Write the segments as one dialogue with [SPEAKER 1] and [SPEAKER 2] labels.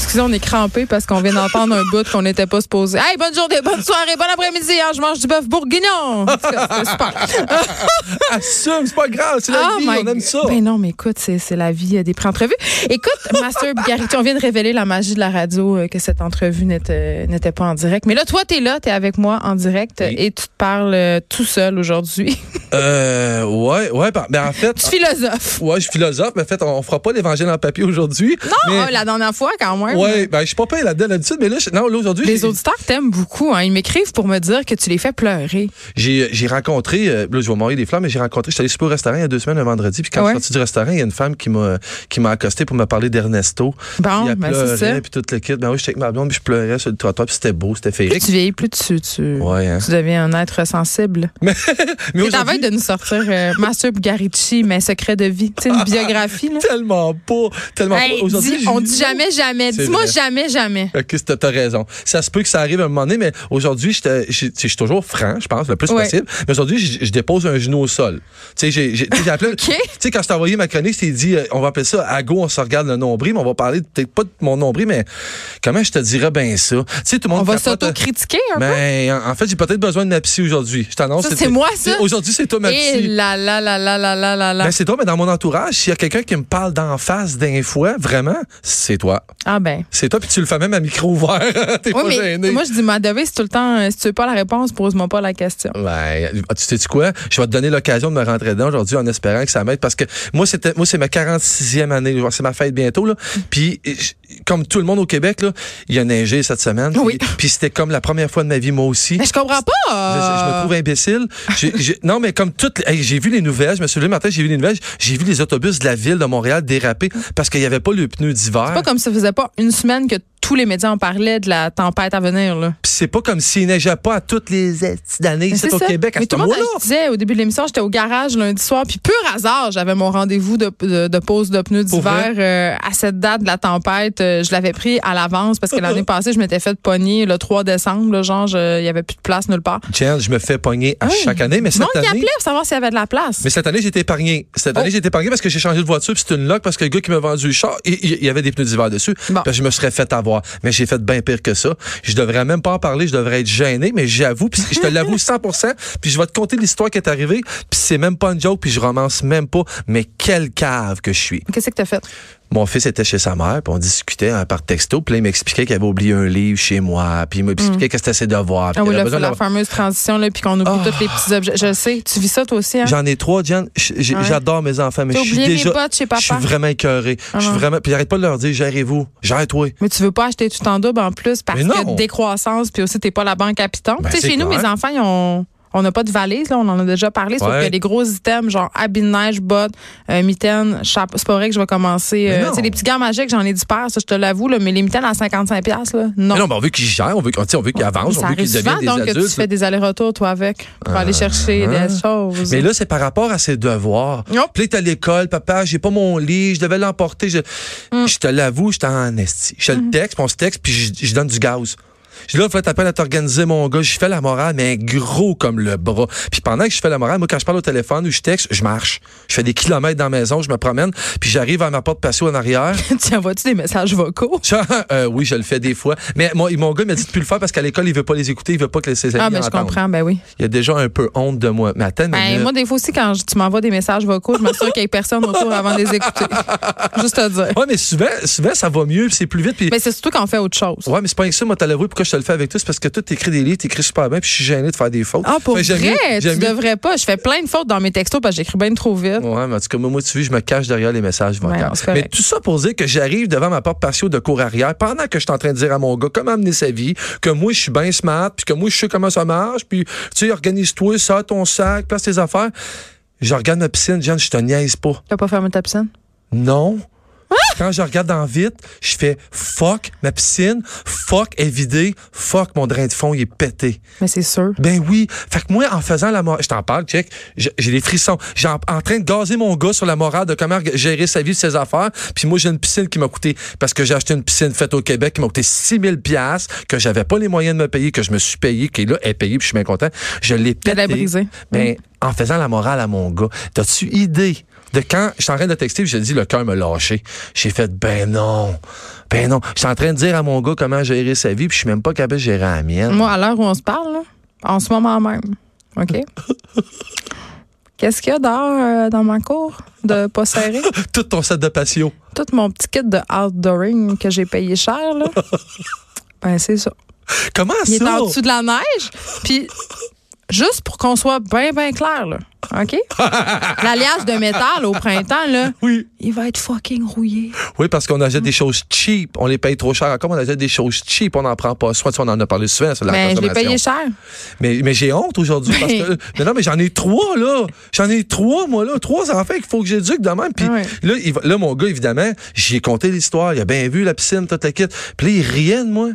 [SPEAKER 1] Excusez, on est crampé parce qu'on vient d'entendre un bout qu'on n'était pas supposé. Hey, bonne journée, bonne soirée, bon après-midi. Hein, je mange du bœuf bourguignon. En tout cas, C'était super.
[SPEAKER 2] Assume, c'est pas grave, c'est la
[SPEAKER 1] Oh
[SPEAKER 2] vie,
[SPEAKER 1] my
[SPEAKER 2] on aime
[SPEAKER 1] God.
[SPEAKER 2] ça.
[SPEAKER 1] Ben non, mais écoute, c'est c'est la vie euh, des pré-entrevues. Écoute, Master Bigarity, on vient de révéler la magie de la radio euh, que cette entrevue n'était euh, n'était pas en direct. Mais là, toi, t'es là, t'es avec moi en direct
[SPEAKER 2] Oui.
[SPEAKER 1] et tu te parles euh, tout seul aujourd'hui.
[SPEAKER 2] Euh, ouais, ouais, par- ben en fait,
[SPEAKER 1] tu philosophes.
[SPEAKER 2] ouais, je suis philosophe, mais en fait, on, on fera pas l'évangile en papier aujourd'hui.
[SPEAKER 1] Non,
[SPEAKER 2] mais,
[SPEAKER 1] euh, la dernière fois quand même.
[SPEAKER 2] Ouais, ben je suis pas payé là-dedans d'habitude, mais là, je- non, là aujourd'hui,
[SPEAKER 1] Les
[SPEAKER 2] j'ai-
[SPEAKER 1] auditeurs t'aiment beaucoup. Hein. Ils m'écrivent pour me dire que tu les fais pleurer.
[SPEAKER 2] j'ai j'ai rencontré, euh, là je vais mourir des flammes, mais j'ai rencontré, j'étais allé super au restaurant il y a deux semaines, un vendredi, puis quand
[SPEAKER 1] Ouais.
[SPEAKER 2] je suis sorti du restaurant, il y a une femme qui m'a qui m'a accosté pour me parler d'Ernesto.
[SPEAKER 1] Bon,
[SPEAKER 2] Puis elle
[SPEAKER 1] ben c'est ça.
[SPEAKER 2] pleurait, puis tout le kit. Ben oui, j'étais avec ma blonde, puis je pleurais sur le trottoir, puis c'était beau, c'était
[SPEAKER 1] Plus
[SPEAKER 2] féerique.
[SPEAKER 1] tu vieillis, plus tu, tu,
[SPEAKER 2] Ouais, hein.
[SPEAKER 1] tu deviens un être sensible.
[SPEAKER 2] Mais
[SPEAKER 1] T'es en veille de nous sortir euh, Master Bugarici, mais secret de vie. Tu sais, une biographie, là.
[SPEAKER 2] tellement pas, tellement
[SPEAKER 1] Hey,
[SPEAKER 2] pas. Aujourd'hui,
[SPEAKER 1] dis-
[SPEAKER 2] j'ai-
[SPEAKER 1] on dit jamais, jamais.
[SPEAKER 2] C'est
[SPEAKER 1] Dis-moi
[SPEAKER 2] vrai.
[SPEAKER 1] jamais, jamais.
[SPEAKER 2] Ok, c'est- t'as raison. Ça se peut que ça arrive à un moment donné, mais aujourd'hui, j'étais- j'ai- je suis toujours franc, je pense, le plus
[SPEAKER 1] Ouais.
[SPEAKER 2] possible. Mais aujourd'hui, je je dépose un genou au sol. Tu sais, j'ai- j'ai- tu sais, j'ai appelé- tu sais, quand je t'ai envoyé ma chronique, c'est dit, euh, on va appeler ça à go, on se regarde le nombril, mais on va parler peut-être pas de mon nombril, mais comment je te dirais bien ça? Tu sais, tout le monde
[SPEAKER 1] On va
[SPEAKER 2] capote, euh,
[SPEAKER 1] s'auto-critiquer un peu.
[SPEAKER 2] Mais en en fait, j'ai peut-être besoin de ma psy aujourd'hui. Je t'annonce.
[SPEAKER 1] Ça, c'est moi, ça?
[SPEAKER 2] Aujourd'hui, c'est toi ma
[SPEAKER 1] Et
[SPEAKER 2] psy.
[SPEAKER 1] Eh là, là, là, là, là, là, là, là.
[SPEAKER 2] Ben, c'est toi, mais dans mon entourage, s'il y a quelqu'un qui me parle d'en face d'un fois, vraiment, c'est toi.
[SPEAKER 1] ah ben.
[SPEAKER 2] C'est toi, puis tu le fais même à micro ouvert. T'es
[SPEAKER 1] Oui,
[SPEAKER 2] pas gêné.
[SPEAKER 1] mais moi, je dis, ma devise, c'est tout le temps, euh, si tu veux pas la réponse, pose-moi pas la question.
[SPEAKER 2] Ouais, Ben, ah, tu sais quoi? Je vais te donner l'occasion de me rentrer dedans aujourd'hui en espérant que ça m'aide parce que moi c'était moi c'est ma 46e année, Je vois, c'est ma fête bientôt là. Puis je- comme tout le monde au Québec là, il a neigé cette semaine.
[SPEAKER 1] Oui.
[SPEAKER 2] Puis, puis c'était comme la première fois de ma vie moi aussi.
[SPEAKER 1] Mais je comprends pas.
[SPEAKER 2] Je, je- je me trouve imbécile. J'ai- j'ai- non, mais comme toutes, les- hey, j'ai vu les nouvelles. Je me suis levé le matin, j'ai vu les nouvelles. J'ai vu les autobus de la ville de Montréal déraper parce qu'il n'y avait pas le pneu d'hiver.
[SPEAKER 1] C'est pas comme si ça faisait pas une semaine que tous les médias en parlaient de la tempête à venir, là.
[SPEAKER 2] Puis c'est pas comme s'il neigeait pas à toutes les esti d'années.
[SPEAKER 1] Mais
[SPEAKER 2] C'est au
[SPEAKER 1] ça.
[SPEAKER 2] Québec à
[SPEAKER 1] Mais
[SPEAKER 2] ce
[SPEAKER 1] tout le monde,
[SPEAKER 2] moment-là.
[SPEAKER 1] je disais au début de l'émission, j'étais au garage lundi soir, puis pur hasard, j'avais mon rendez-vous de, de, de pose de pneus
[SPEAKER 2] Pour
[SPEAKER 1] d'hiver euh, à cette date de la tempête. Euh, je l'avais pris à l'avance parce que l'année passée, je m'étais fait pogner le 3 décembre. là, genre, je- il n'y avait plus de place nulle part.
[SPEAKER 2] Tiens, je me fais pogner à
[SPEAKER 1] Oui.
[SPEAKER 2] chaque année, mais
[SPEAKER 1] Tout le
[SPEAKER 2] cette
[SPEAKER 1] monde qui
[SPEAKER 2] année.
[SPEAKER 1] appelait pour savoir s'il y avait de la place.
[SPEAKER 2] Mais cette année, j'ai été épargné. Cette
[SPEAKER 1] Oh.
[SPEAKER 2] année, j'ai été épargné parce que j'ai changé de voiture, puis c'est une loque parce que le gars qui m'a vendu le char, il- il il y avait des pneus d'hiver dessus.
[SPEAKER 1] Bon.
[SPEAKER 2] Puis je me serais fait avoir. Mais j'ai fait bien pire que ça. Je devrais même pas en parler, je devrais être gêné, mais j'avoue, puis je te l'avoue 100%, puis je vais te conter l'histoire qui est arrivée, puis c'est même pas une joke, puis je romance même pas. Mais quelle cave que je suis.
[SPEAKER 1] Qu'est-ce que t'as fait?
[SPEAKER 2] Mon fils était chez sa mère, puis on discutait hein, par texto, puis là, il m'expliquait qu'il avait oublié un livre chez moi, puis il m'expliquait que c'était ses devoirs. puis
[SPEAKER 1] Mm. Ah oui,
[SPEAKER 2] qu'il avait
[SPEAKER 1] là,
[SPEAKER 2] besoin
[SPEAKER 1] la
[SPEAKER 2] d'avoir-
[SPEAKER 1] fameuse transition, là, puis qu'on oublie
[SPEAKER 2] Ah.
[SPEAKER 1] tous les petits objets. Je sais, tu vis ça toi aussi, hein?
[SPEAKER 2] J'en ai trois, Jen. J- j-
[SPEAKER 1] Ouais.
[SPEAKER 2] J'adore mes enfants, mais
[SPEAKER 1] T'as
[SPEAKER 2] je suis
[SPEAKER 1] oublié mes
[SPEAKER 2] déjà.
[SPEAKER 1] potes chez
[SPEAKER 2] Je suis
[SPEAKER 1] papa.
[SPEAKER 2] vraiment écœuré. Je suis
[SPEAKER 1] Ah.
[SPEAKER 2] vraiment. Puis j'arrête pas de leur dire, gérez-vous, gérez-toi.
[SPEAKER 1] Mais tu veux pas acheter tout en double en plus parce
[SPEAKER 2] Mais non.
[SPEAKER 1] que décroissance, puis aussi t'es pas la banque à Python.
[SPEAKER 2] Ben,
[SPEAKER 1] tu sais,
[SPEAKER 2] c'est
[SPEAKER 1] chez nous,
[SPEAKER 2] clair.
[SPEAKER 1] mes enfants, ils ont. On n'a pas de valise, là, on en a déjà parlé, sauf
[SPEAKER 2] Ouais.
[SPEAKER 1] que les gros items, genre habits de neige, bottes, euh, mitaines, chapeau, c'est pas vrai que je vais commencer.
[SPEAKER 2] Mais
[SPEAKER 1] euh,
[SPEAKER 2] non.
[SPEAKER 1] tu sais, les petits gants magiques, j'en ai du père, ça, je te l'avoue, là, mais les mitaines à 55$, piastres, là, non.
[SPEAKER 2] Mais non, mais on veut qu'ils gèrent, on veut, tu sais, on veut qu'ils avancent,
[SPEAKER 1] ça
[SPEAKER 2] on veut
[SPEAKER 1] arrive
[SPEAKER 2] qu'ils
[SPEAKER 1] souvent,
[SPEAKER 2] deviennent des
[SPEAKER 1] donc, que tu
[SPEAKER 2] adultes. Ah, hein?
[SPEAKER 1] fais des allers-retours, toi, avec, pour aller chercher des choses.
[SPEAKER 2] Mais là, c'est par rapport à ses devoirs.
[SPEAKER 1] Yep.
[SPEAKER 2] Puis là, t'es à l'école, papa, j'ai pas mon lit, je devais l'emporter. Je,
[SPEAKER 1] Mm.
[SPEAKER 2] je te l'avoue, j'étais en esti. Je
[SPEAKER 1] Mm-hmm.
[SPEAKER 2] te le texte, puis on se texte, puis je, je donne du gaz. Je dis là, faut t'appeler à t'organiser, mon gars. Je fais la morale, mais gros comme le bras. Puis pendant que je fais la morale, moi, quand je parle au téléphone ou je texte, je marche. Je fais des kilomètres dans la maison, je me promène, puis j'arrive à ma porte patio en arrière.
[SPEAKER 1] tu envoies-tu des messages vocaux?
[SPEAKER 2] Ça, euh, oui, je le fais des fois. Mais mon, mon gars m'a dit de plus le faire parce qu'à l'école, il veut pas les écouter, il veut pas que ses amis
[SPEAKER 1] Ah, ben, je
[SPEAKER 2] entendent.
[SPEAKER 1] comprends, ben oui.
[SPEAKER 2] Il a déjà un peu honte de moi. Mais attends, une
[SPEAKER 1] Ben,
[SPEAKER 2] minute.
[SPEAKER 1] moi, des fois aussi, quand je- tu m'envoies des messages vocaux, je m'assure qu'il y ait personne autour avant de les écouter. Juste te dire.
[SPEAKER 2] Ouais, mais souvent, souvent, ça va mieux, puis c'est plus vite. Puis...
[SPEAKER 1] Mais c'est surtout quand on fait autre chose.
[SPEAKER 2] Ouais, mais c'est pas avec ça, moi, t'as l'avoué pourquoi je te le fais avec toi. C'est parce que toi, t'écris des livres, t'écris super bien, puis je suis gêné de faire des fautes.
[SPEAKER 1] Ah, pour
[SPEAKER 2] Fait que Ben, j'aime
[SPEAKER 1] vrai,
[SPEAKER 2] mieux-
[SPEAKER 1] tu
[SPEAKER 2] j'aime mieux-
[SPEAKER 1] devrais pas. Je fais plein de fautes dans mes textos parce que j'écris bien trop vite.
[SPEAKER 2] Ouais, mais en tout cas, moi, moi, tu vois, je me cache derrière les messages vocaux.
[SPEAKER 1] Ouais, non, c'est
[SPEAKER 2] mais
[SPEAKER 1] correct.
[SPEAKER 2] tout ça pour dire que j'arrive devant ma porte patio de cour arrière pendant que je suis en train de dire à mon gars comment amener sa vie, que moi, je suis bien smart, puis que moi, je sais comment ça marche, puis tu sais, organise-toi, ça, ton sac, place tes affaires. Je regarde ma piscine, Jeanne, je te niaise pas.
[SPEAKER 1] T'as pas fermé ta piscine?
[SPEAKER 2] Non. Quand je regarde dans vite, je fais fuck ma piscine, fuck est vidée, fuck mon drain de fond il est pété.
[SPEAKER 1] Mais c'est sûr.
[SPEAKER 2] Ben oui. Fait que moi, en faisant la morale, je t'en parle, check, j'ai j'ai des frissons. J'ai en, en train de gazer mon gars sur la morale de comment gérer sa vie, ses affaires. Puis moi, j'ai une piscine qui m'a coûté, parce que j'ai acheté une piscine faite au Québec qui m'a coûté 6000 pièces que j'avais pas les moyens de me payer, que je me suis payé, qui est là, est payé, puis je suis bien content. Je l'ai
[SPEAKER 1] Tu
[SPEAKER 2] pété.
[SPEAKER 1] l'as brisé.
[SPEAKER 2] Ben, en faisant la morale à mon gars, t'as-tu idée de quand je suis en train de texter, puis je dis le cœur me lâché. J'ai fait ben non. Ben non, je suis en train de dire à mon gars comment gérer sa vie, puis je suis même pas capable de gérer la mienne.
[SPEAKER 1] Moi, à l'heure où on se parle, là, en ce moment même, OK? Qu'est-ce qu'il y a dehors euh, dans ma cour de pas serré?
[SPEAKER 2] Tout ton set de patio.
[SPEAKER 1] Tout mon petit kit de outdooring que j'ai payé cher, là. Ben, c'est ça.
[SPEAKER 2] Comment
[SPEAKER 1] Il est
[SPEAKER 2] ça?
[SPEAKER 1] en dessous de la neige. Puis, juste pour qu'on soit bien, bien clair, là. OK? L'alliage de métal au printemps, là,
[SPEAKER 2] Oui.
[SPEAKER 1] il va être fucking rouillé.
[SPEAKER 2] Oui, parce qu'on
[SPEAKER 1] Mm.
[SPEAKER 2] achète des choses cheap. On les paye trop cher encore, mais on achète des choses cheap. On n'en prend pas soin. Tu sais, on en a parlé souvent sur la
[SPEAKER 1] Mais Ben, je l'ai
[SPEAKER 2] consommation.
[SPEAKER 1] payé Ben. cher.
[SPEAKER 2] Mais, mais j'ai honte aujourd'hui. parce que, mais non, mais j'en ai trois, là. J'en ai trois, moi, là. Trois enfants qu'il faut que j'éduque de même. Puis
[SPEAKER 1] Ah ouais.
[SPEAKER 2] là, il va- là, mon gars, évidemment, j'ai conté l'histoire. Il a bien vu la piscine, toute la kit. Puis là, il riait de moi.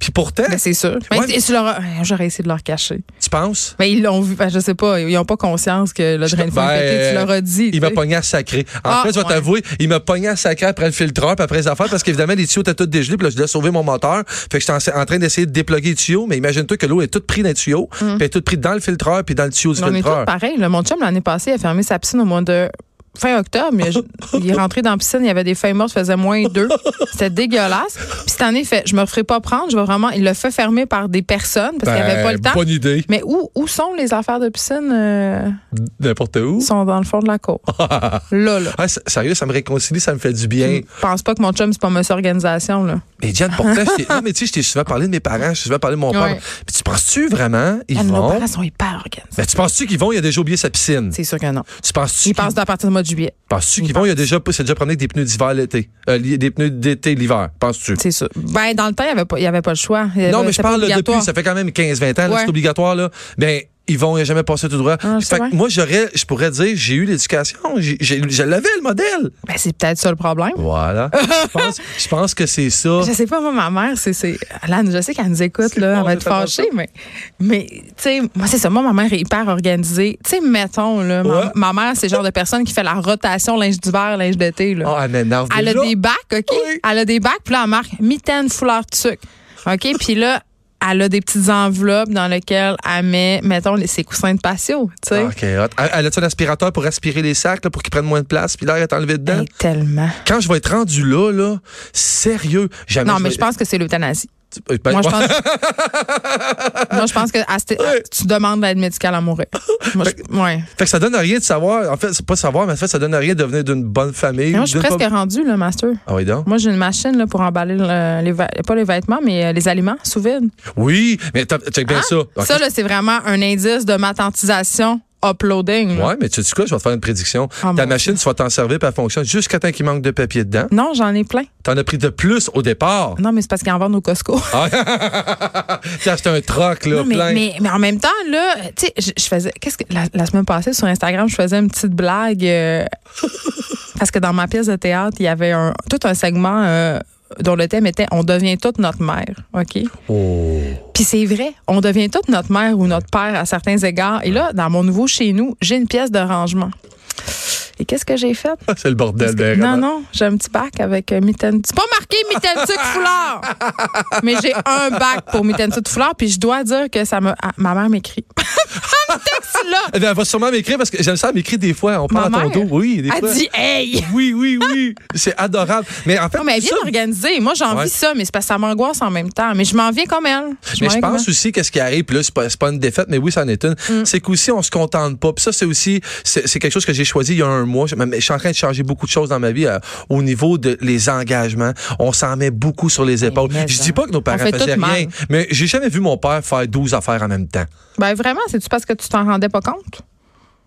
[SPEAKER 2] Puis pourtant,
[SPEAKER 1] Ben, c'est sûr. Mais
[SPEAKER 2] Ouais.
[SPEAKER 1] et tu leur as- Ouais, J'aurais essayé de leur cacher.
[SPEAKER 2] tu penses?
[SPEAKER 1] Mais ils l'ont vu. Ben, je sais pas. Ils n'ont pas conscience que le
[SPEAKER 2] Je-
[SPEAKER 1] drain de fond est
[SPEAKER 2] ben,
[SPEAKER 1] pété. Tu leur as dit.
[SPEAKER 2] Il
[SPEAKER 1] tu
[SPEAKER 2] m'a
[SPEAKER 1] sais.
[SPEAKER 2] pogné à sacré. En
[SPEAKER 1] Ah,
[SPEAKER 2] fait, je vais
[SPEAKER 1] ouais.
[SPEAKER 2] t'avouer, il m'a pogné à sacré après le filtreur, puis après les affaires, parce qu'évidemment, les tuyaux étaient tous dégelés, puis là, je devais sauver mon moteur. Fait que j'étais en, en train d'essayer de déploguer les tuyaux, mais imagine-toi que l'eau est toute prise dans les tuyaux, puis elle est toute prise dans le filtreur, puis dans le tuyau du
[SPEAKER 1] Mm. Mais on est
[SPEAKER 2] filtreur.
[SPEAKER 1] tous pareils. là. Mon chum, l'année passée, a fermé sa piscine au mois de fin octobre. Il, a- il est rentré dans la piscine, il y avait des feuilles mortes, il faisait moins deux. C'était dégueulasse. Puis cette année, il fait, je me ferai pas prendre. Je vais vraiment. Il l'a fait fermer par des personnes parce qu'il
[SPEAKER 2] Ben,
[SPEAKER 1] avait pas le temps.
[SPEAKER 2] Bonne idée.
[SPEAKER 1] Mais où, où sont les affaires de piscine? euh,
[SPEAKER 2] N'importe où.
[SPEAKER 1] Ils sont dans le fond de la cour. là, là.
[SPEAKER 2] Ah, s- sérieux, ça me réconcilie, ça me fait du bien.
[SPEAKER 1] Je pense pas que mon chum, c'est pas monsieur organisation, là.
[SPEAKER 2] Mais Diane, pourtant, je t'ai- non, mais tu sais, je t'ai souvent parlé de mes parents, je t'ai souvent parlé de mon père.
[SPEAKER 1] Ouais.
[SPEAKER 2] Mais tu penses-tu vraiment, ils
[SPEAKER 1] Ah, Nos
[SPEAKER 2] vont?
[SPEAKER 1] parents sont hyper organisés.
[SPEAKER 2] Ben, tu penses-tu qu'ils vont, il a déjà oublié sa piscine?
[SPEAKER 1] C'est sûr que non.
[SPEAKER 2] Tu penses-tu
[SPEAKER 1] Ils
[SPEAKER 2] qu'ils
[SPEAKER 1] pensent à partir du mois de juillet.
[SPEAKER 2] penses-tu
[SPEAKER 1] ils
[SPEAKER 2] qu'ils vont, il a déjà, c'est déjà promené avec des pneus d'hiver l'été, Euh, li- des pneus d'été l'hiver, penses-tu?
[SPEAKER 1] C'est sûr. Ben, dans le temps, il n'y avait, pas- il y avait pas le choix. Il y avait-
[SPEAKER 2] Non, mais je
[SPEAKER 1] c'était pas
[SPEAKER 2] parle là, depuis,
[SPEAKER 1] obligatoire.
[SPEAKER 2] ça fait quand même 15-20 ans, là,
[SPEAKER 1] Ouais.
[SPEAKER 2] c'est obligatoire, là. Ben, ils vont, il a jamais passé tout droit.
[SPEAKER 1] Ah, c'est
[SPEAKER 2] fait
[SPEAKER 1] vrai.
[SPEAKER 2] que moi, j'aurais, je pourrais dire, j'ai eu l'éducation, j'ai, j'ai- je l'avais, le modèle.
[SPEAKER 1] Ben, c'est peut-être ça le problème.
[SPEAKER 2] Voilà. je, pense, je pense que c'est ça.
[SPEAKER 1] Je sais pas, moi, ma mère, c'est. c'est- Alan, je sais qu'elle nous écoute,
[SPEAKER 2] C'est
[SPEAKER 1] là.
[SPEAKER 2] bon,
[SPEAKER 1] elle va
[SPEAKER 2] c'est
[SPEAKER 1] être
[SPEAKER 2] tellement
[SPEAKER 1] fâchée, mais. Mais, tu sais, moi, c'est ça. Moi, ma mère est hyper organisée. Tu sais, mettons, là. ma-
[SPEAKER 2] Ouais.
[SPEAKER 1] Ma, mère, c'est le genre de personne qui fait la rotation linge d'hiver, linge d'été, là.
[SPEAKER 2] Ah, elle m'énerve
[SPEAKER 1] Elle a
[SPEAKER 2] déjà.
[SPEAKER 1] des bacs, OK?
[SPEAKER 2] Oui.
[SPEAKER 1] Elle a des bacs, puis là, elle marque mitaine, foulard, tuc. OK? Puis là, elle a des petites enveloppes dans lesquelles elle met, mettons, les- ses coussins de patio, tu sais.
[SPEAKER 2] Ah, OK, hot. Elle- Elle a-tu un aspirateur pour aspirer les sacs, là, pour qu'ils prennent moins de place, puis l'air est enlevé dedans?
[SPEAKER 1] Hey, tellement.
[SPEAKER 2] Quand je vais être rendu là, là, sérieux, jamais.
[SPEAKER 1] Non, mais
[SPEAKER 2] vais-
[SPEAKER 1] je pense que c'est l'euthanasie.
[SPEAKER 2] Euh, ben,
[SPEAKER 1] Moi, je
[SPEAKER 2] ouais.
[SPEAKER 1] pense, moi, je pense que à cette- à- tu demandes l'aide médicale à mourir. Moi, je- ouais.
[SPEAKER 2] Fait que ça donne à rien de savoir. En fait, c'est pas savoir, mais en fait, ça donne à rien de venir d'une bonne
[SPEAKER 1] Mais
[SPEAKER 2] famille.
[SPEAKER 1] moi,
[SPEAKER 2] ou
[SPEAKER 1] je suis
[SPEAKER 2] d'une
[SPEAKER 1] presque
[SPEAKER 2] pas-
[SPEAKER 1] rendue, là, master.
[SPEAKER 2] Ah oui, donc.
[SPEAKER 1] Moi, j'ai une machine là, pour emballer, le- les, vê- pas les vêtements, mais euh, les aliments sous vide.
[SPEAKER 2] Oui, mais t'as- check bien ça. OK.
[SPEAKER 1] Hein? Ça, là, c'est vraiment un indice de matantisation uploading. là.
[SPEAKER 2] Ouais, mais tu sais quoi, je vais te faire une prédiction.
[SPEAKER 1] Ah,
[SPEAKER 2] Ta
[SPEAKER 1] mon
[SPEAKER 2] machine, tu vas t'en servir, puis elle fonctionne jusqu'à temps qu'il manque de papier dedans.
[SPEAKER 1] Non, j'en ai plein.
[SPEAKER 2] T'en as pris de plus au départ.
[SPEAKER 1] Non, mais c'est parce qu'ils en vendent au Costco.
[SPEAKER 2] T'as acheté un troc, là,
[SPEAKER 1] Non, mais,
[SPEAKER 2] plein.
[SPEAKER 1] mais- mais en même temps, là, tu sais, je, je faisais. Qu'est-ce que. La, la semaine passée, sur Instagram, je faisais une petite blague. euh, parce que dans ma pièce de théâtre, il y avait un, tout un segment euh, dont le thème était On devient toute notre mère. OK?
[SPEAKER 2] Oh.
[SPEAKER 1] Puis c'est vrai, on devient toute notre mère ou notre père à certains égards. Et là, dans mon nouveau chez nous, j'ai une pièce de rangement. Et qu'est-ce que j'ai fait?
[SPEAKER 2] Ah, C'est le bordel ben,
[SPEAKER 1] Parce que-
[SPEAKER 2] d'air.
[SPEAKER 1] non, non, j'ai un petit bac avec euh, mitaine. C'est pas marqué mitaine tuc foulard! Mais j'ai un bac pour mitaine tuc foulard, puis je dois dire que ça me. ah, ma mère m'écrit. Ah, Elle me texte là!
[SPEAKER 2] Eh bien, elle va sûrement m'écrire parce que j'aime ça, elle m'écrit des fois. On parle
[SPEAKER 1] Ma
[SPEAKER 2] à ton
[SPEAKER 1] mère,
[SPEAKER 2] dos. Oui, des
[SPEAKER 1] Elle
[SPEAKER 2] fois.
[SPEAKER 1] dit Hey!
[SPEAKER 2] Oui, oui, oui. C'est adorable. Mais en fait,
[SPEAKER 1] Non, mais elle
[SPEAKER 2] tout
[SPEAKER 1] vient
[SPEAKER 2] ça-
[SPEAKER 1] d'organiser. Moi, j'envie
[SPEAKER 2] Ouais.
[SPEAKER 1] ça, mais c'est parce que ça m'angoisse en même temps. Mais je m'en viens comme elle.
[SPEAKER 2] mais
[SPEAKER 1] m'en
[SPEAKER 2] je
[SPEAKER 1] viens comme
[SPEAKER 2] pense
[SPEAKER 1] elle.
[SPEAKER 2] aussi qu'est-ce qui arrive, puis là, c'est pas, c'est pas une défaite, mais oui, ça en est une.
[SPEAKER 1] Mm.
[SPEAKER 2] C'est qu'aussi, on se contente pas. Puis ça, c'est aussi, c'est c'est quelque chose que j'ai choisi il y a un mois. Je, mais je suis en train de changer beaucoup de choses dans ma vie euh, au niveau de les engagements. On s'en met beaucoup sur les épaules.
[SPEAKER 1] mais
[SPEAKER 2] Je
[SPEAKER 1] ça.
[SPEAKER 2] dis pas que nos parents
[SPEAKER 1] fait tout
[SPEAKER 2] faisaient rien,
[SPEAKER 1] mal.
[SPEAKER 2] mais j'ai jamais vu mon père faire 12 affaires en même temps.
[SPEAKER 1] Ben vraiment, c'est-tu parce que tu t'en rendais pas compte?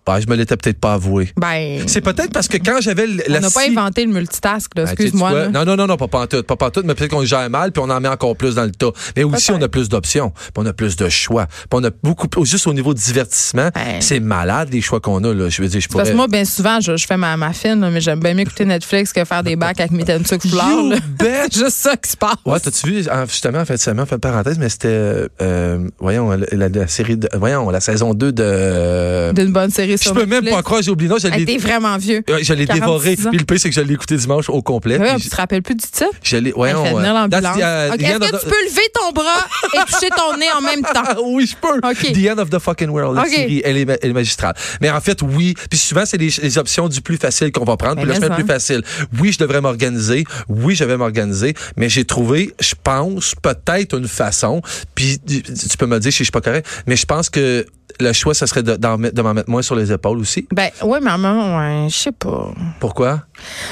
[SPEAKER 2] Ben, je me l'étais peut-être pas avoué.
[SPEAKER 1] Ben,
[SPEAKER 2] C'est peut-être parce que quand j'avais l-
[SPEAKER 1] on
[SPEAKER 2] la
[SPEAKER 1] n'a pas
[SPEAKER 2] scie-
[SPEAKER 1] inventé le multitask, là,
[SPEAKER 2] Ah, tu sais, tu
[SPEAKER 1] excuse-moi.
[SPEAKER 2] vois,
[SPEAKER 1] là.
[SPEAKER 2] Non, non, non, non, pas pantoute, pas pantoute, mais peut-être qu'on le gère mal, puis on en met encore plus dans le tas. Mais aussi,
[SPEAKER 1] Peut-être.
[SPEAKER 2] on a plus d'options, puis on a plus de choix, puis on a beaucoup, juste au niveau divertissement,
[SPEAKER 1] Ouais.
[SPEAKER 2] c'est malade les choix qu'on a, là. Je veux dire, je
[SPEAKER 1] Parce
[SPEAKER 2] pourrais...
[SPEAKER 1] que moi, bien souvent, je, je fais ma, ma fine, là, mais j'aime bien mieux écouter Netflix que faire des bacs avec mes thèmes sucre fleurs.
[SPEAKER 2] You
[SPEAKER 1] là.
[SPEAKER 2] bet!
[SPEAKER 1] C'est juste ça qui se passe.
[SPEAKER 2] Ouais, t'as-tu vu, en- justement, en fait, seulement, en fait, parenthèse, mais c'était, euh, euh, voyons, la, la- la série de, voyons, la saison 2 de... euh,
[SPEAKER 1] D'une bonne série
[SPEAKER 2] je
[SPEAKER 1] sur
[SPEAKER 2] peux même
[SPEAKER 1] Netflix.
[SPEAKER 2] pas croire, j'ai oublié, non, je
[SPEAKER 1] Hey, T'es
[SPEAKER 2] l'ai,
[SPEAKER 1] vraiment vieux.
[SPEAKER 2] euh, je l'ai
[SPEAKER 1] 46
[SPEAKER 2] dévoré,
[SPEAKER 1] ans.
[SPEAKER 2] puis le pire, c'est que je l'ai écouté dimanche au complet,
[SPEAKER 1] Ouais,
[SPEAKER 2] puis
[SPEAKER 1] tu te rappelles plus du titre?
[SPEAKER 2] je, je
[SPEAKER 1] Elle
[SPEAKER 2] l'ai, Euh, voyons...
[SPEAKER 1] fait venir
[SPEAKER 2] euh,
[SPEAKER 1] l'ambulance.
[SPEAKER 2] that's the, uh,
[SPEAKER 1] Ok,
[SPEAKER 2] the
[SPEAKER 1] Est-ce
[SPEAKER 2] end of
[SPEAKER 1] que
[SPEAKER 2] the-
[SPEAKER 1] tu peux lever ton bras et toucher ton nez en même temps?
[SPEAKER 2] Ah oui, je peux.
[SPEAKER 1] OK.
[SPEAKER 2] The End of the Fucking World, la
[SPEAKER 1] OK.
[SPEAKER 2] série, elle est, ma- elle est magistrale. Mais en fait, oui. Puis souvent, c'est les, les options du plus facile qu'on va prendre.
[SPEAKER 1] Mais
[SPEAKER 2] Puis la
[SPEAKER 1] mais
[SPEAKER 2] semaine
[SPEAKER 1] ça.
[SPEAKER 2] plus facile. Oui, je devrais m'organiser. Oui, je vais m'organiser. Mais j'ai trouvé, je pense, peut-être une façon. Puis tu tu peux me le dire si je suis pas correct. Mais je pense que le choix, ce serait de, d'en mettre- de m'en mettre moins sur les épaules aussi.
[SPEAKER 1] Ben, ouais, maman, ouais, je sais pas.
[SPEAKER 2] Pourquoi?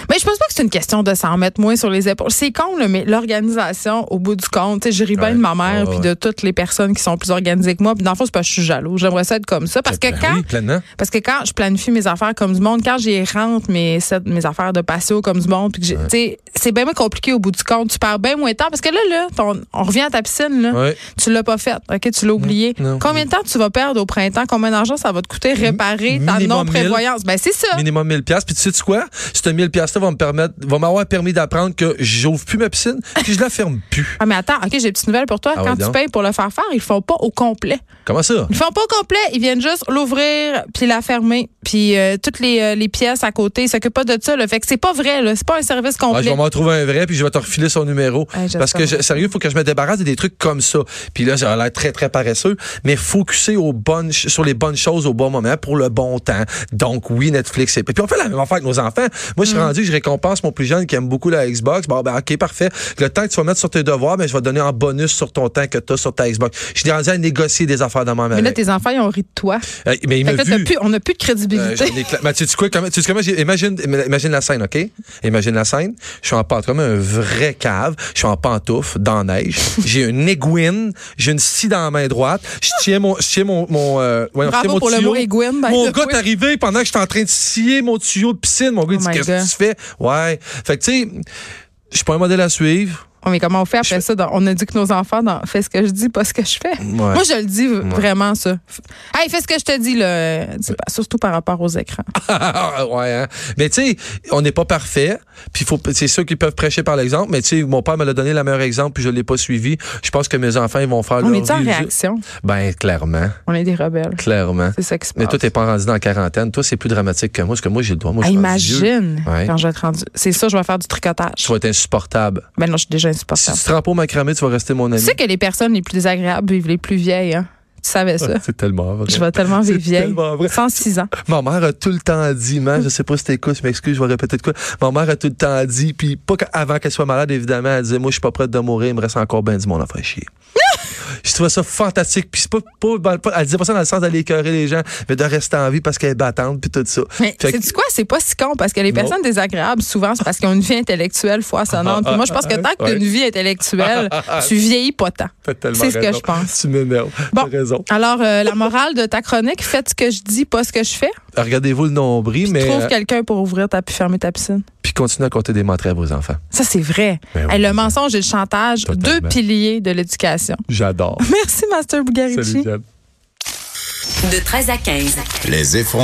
[SPEAKER 1] Mais je pense pas que c'est une question de s'en mettre moins sur les épaules. C'est con, là, mais l'organisation, au bout du compte, tu sais, je ris bien
[SPEAKER 2] Ouais.
[SPEAKER 1] de ma mère
[SPEAKER 2] Ouais,
[SPEAKER 1] puis
[SPEAKER 2] ouais.
[SPEAKER 1] de toutes les personnes qui sont plus organisées que moi. Puis dans le fond, c'est parce que je suis jaloux. J'aimerais ça être comme ça. Parce que
[SPEAKER 2] Ben
[SPEAKER 1] quand
[SPEAKER 2] oui, pleinement.
[SPEAKER 1] Parce que quand je planifie mes affaires comme du monde, quand j'y rentre mes, set- mes affaires de patio comme du monde, puis que j'ai- tu sais, c'est bien moins compliqué au bout du compte. Tu perds bien moins de temps. Parce que là, là, ton- on revient à ta piscine, là.
[SPEAKER 2] Ouais.
[SPEAKER 1] Tu l'as pas faite, OK? Tu l'as oublié.
[SPEAKER 2] non.
[SPEAKER 1] Combien de temps tu vas perdre au printemps? Combien d'argent ça va te coûter réparer ta
[SPEAKER 2] Mm-hmm. minimum
[SPEAKER 1] non-prévoyance? Ben, c'est ça.
[SPEAKER 2] Minimum 1000 pièces. Puis tu sais -tu quoi? Ce 1000 pièces là va me permettre, va m'avoir permis d'apprendre que j'ouvre plus ma piscine, puis je la ferme plus.
[SPEAKER 1] Ah, mais attends, OK, j'ai une petite nouvelle pour toi.
[SPEAKER 2] Ah
[SPEAKER 1] quand
[SPEAKER 2] ouais,
[SPEAKER 1] tu
[SPEAKER 2] donc.
[SPEAKER 1] payes pour le faire faire, ils le font pas au complet.
[SPEAKER 2] Comment ça?
[SPEAKER 1] Ils le font pas au complet. Ils viennent juste l'ouvrir puis la fermer. Puis euh, toutes les, euh, les pièces à côté, ils s'occupent pas de ça. Là. Fait que c'est pas vrai. là. C'est pas un service
[SPEAKER 2] Ah, je
[SPEAKER 1] complet.
[SPEAKER 2] vais m'en trouver un vrai, puis je vais te refiler son numéro.
[SPEAKER 1] Hey, j'espère.
[SPEAKER 2] Parce que, je- sérieux, il faut que je me débarrasse de des trucs comme ça. Puis là, ça a l'air très, très paresseux, mais focuser aux bonnes, ch- sur les bonnes choses au bon moment, pour le bon temps. Donc, oui, Netflix. Et puis, on fait la même affaire avec nos enfants.
[SPEAKER 1] Mm.
[SPEAKER 2] Moi, je suis rendu, je récompense mon plus jeune qui aime beaucoup la Xbox. Bon, ben, OK, parfait. Le temps que tu vas mettre sur tes devoirs, ben, je vais te donner en bonus sur ton temps que tu as sur ta Xbox. Je suis rendu à négocier des affaires dans ma
[SPEAKER 1] Mais là,
[SPEAKER 2] avec.
[SPEAKER 1] tes enfants, ils ont ri de toi.
[SPEAKER 2] Euh, Mais Ben, il
[SPEAKER 1] Fait
[SPEAKER 2] m'a
[SPEAKER 1] que là, t'as
[SPEAKER 2] vu.
[SPEAKER 1] plus- on n'a plus de
[SPEAKER 2] Euh,
[SPEAKER 1] crédibilité.
[SPEAKER 2] j'en ai cla- Mais tu sais quoi, comment, tu sais comment j'ai- imagine, imagine la scène, OK? Imagine la scène. Je suis en pantoufle, comme un vrai cave. Je suis en pantoufle, dans la neige. J'ai une aiguine. J'ai une scie dans la main droite. Je tiens mon, je tiens mon, mon, euh, voyons, je
[SPEAKER 1] Bravo
[SPEAKER 2] tiens mon
[SPEAKER 1] pour le
[SPEAKER 2] tuyau.
[SPEAKER 1] mot aiguine, by
[SPEAKER 2] Mon
[SPEAKER 1] the
[SPEAKER 2] gars
[SPEAKER 1] way.
[SPEAKER 2] est arrivé pendant que je suis en train de scier mon tuyau de piscine. Mon gars, il
[SPEAKER 1] Oh
[SPEAKER 2] dit,
[SPEAKER 1] my
[SPEAKER 2] qu'est-ce
[SPEAKER 1] God.
[SPEAKER 2] que tu fais? Ouais. Fait que, tu sais, je suis pas un modèle à suivre.
[SPEAKER 1] Oh, mais comment on fait après ça? dans- on a dit que nos enfants dans, fais ce que je dis, pas ce que je fais. Moi, je le dis v- vraiment, ça. F- Hey, fais ce que je te dis, là. C'est pas- surtout par rapport aux écrans.
[SPEAKER 2] Ah, ouais, hein. Mais tu sais, on n'est pas parfait. Puis faut, c'est ceux qui peuvent prêcher par l'exemple. Mais tu sais, mon père me l'a donné le meilleur exemple, puis je l'ai pas suivi. Je pense que mes enfants ils vont faire
[SPEAKER 1] on
[SPEAKER 2] leur
[SPEAKER 1] est en
[SPEAKER 2] vie.
[SPEAKER 1] réaction?
[SPEAKER 2] Ben clairement,
[SPEAKER 1] On est des rebelles.
[SPEAKER 2] clairement.
[SPEAKER 1] C'est ça qui se passe.
[SPEAKER 2] Mais toi t'es pas rendu dans la quarantaine. Toi c'est plus dramatique que moi, parce que moi j'ai le droit. Moi je
[SPEAKER 1] Hey,
[SPEAKER 2] suis rendu vieux.
[SPEAKER 1] imagine
[SPEAKER 2] Ouais.
[SPEAKER 1] quand je vais être rendu. C'est ça, je vais faire du tricotage.
[SPEAKER 2] Je vais être insupportable.
[SPEAKER 1] Ben non, je suis déjà
[SPEAKER 2] Si
[SPEAKER 1] insupportable.
[SPEAKER 2] tu te rends pas au macramé, tu vas rester mon
[SPEAKER 1] Tu
[SPEAKER 2] ami.
[SPEAKER 1] sais que les personnes les plus désagréables vivent les plus vieilles, hein? Tu savais ça?
[SPEAKER 2] C'est tellement vrai.
[SPEAKER 1] Je vais tellement vivre
[SPEAKER 2] C'est
[SPEAKER 1] vieille.
[SPEAKER 2] tellement vrai.
[SPEAKER 1] 106 ans.
[SPEAKER 2] Ma mère a tout le temps dit, man, je sais pas si t'écoutes, je m'excuse, je vais répéter de quoi. Ma mère a tout le temps dit, puis pas qu'avant avant qu'elle soit malade, évidemment, elle disait, moi, je suis pas prête de mourir, il me reste encore ben du monde à faire chier. Je trouvais ça fantastique. Puis c'est pas, pas, dans le- pas- elle disait pas ça dans le sens d'aller écœurer les gens, mais de rester en vie parce qu'elle est battante, puis tout ça.
[SPEAKER 1] Mais
[SPEAKER 2] Fait que-
[SPEAKER 1] c'est quoi? C'est pas si con parce que les
[SPEAKER 2] Non.
[SPEAKER 1] personnes désagréables, souvent, c'est parce qu'ils ont une vie intellectuelle foisonnante. Puis moi, je pense que tant que tu as
[SPEAKER 2] Ouais.
[SPEAKER 1] une vie intellectuelle, tu vieillis pas tant.
[SPEAKER 2] T'as tellement
[SPEAKER 1] C'est ce que
[SPEAKER 2] raison.
[SPEAKER 1] je pense.
[SPEAKER 2] Tu m'énerves.
[SPEAKER 1] Bon.
[SPEAKER 2] T'as raison.
[SPEAKER 1] Alors, euh, la morale de ta chronique, faites ce que je dis, pas ce que je fais.
[SPEAKER 2] Regardez-vous le nombril, mais.
[SPEAKER 1] Trouve
[SPEAKER 2] euh,
[SPEAKER 1] quelqu'un pour ouvrir ta puis fermer ta piscine.
[SPEAKER 2] Puis continuez à compter des mentraits à vos enfants.
[SPEAKER 1] Ça, c'est vrai.
[SPEAKER 2] Ben oui,
[SPEAKER 1] Hey, le
[SPEAKER 2] c'est
[SPEAKER 1] mensonge et le chantage,
[SPEAKER 2] Totalement.
[SPEAKER 1] deux piliers de l'éducation.
[SPEAKER 2] J'adore.
[SPEAKER 1] Merci, Master Bugarici.
[SPEAKER 2] Salut, Jade.
[SPEAKER 3] De 13 à 15.
[SPEAKER 4] Les effrontés.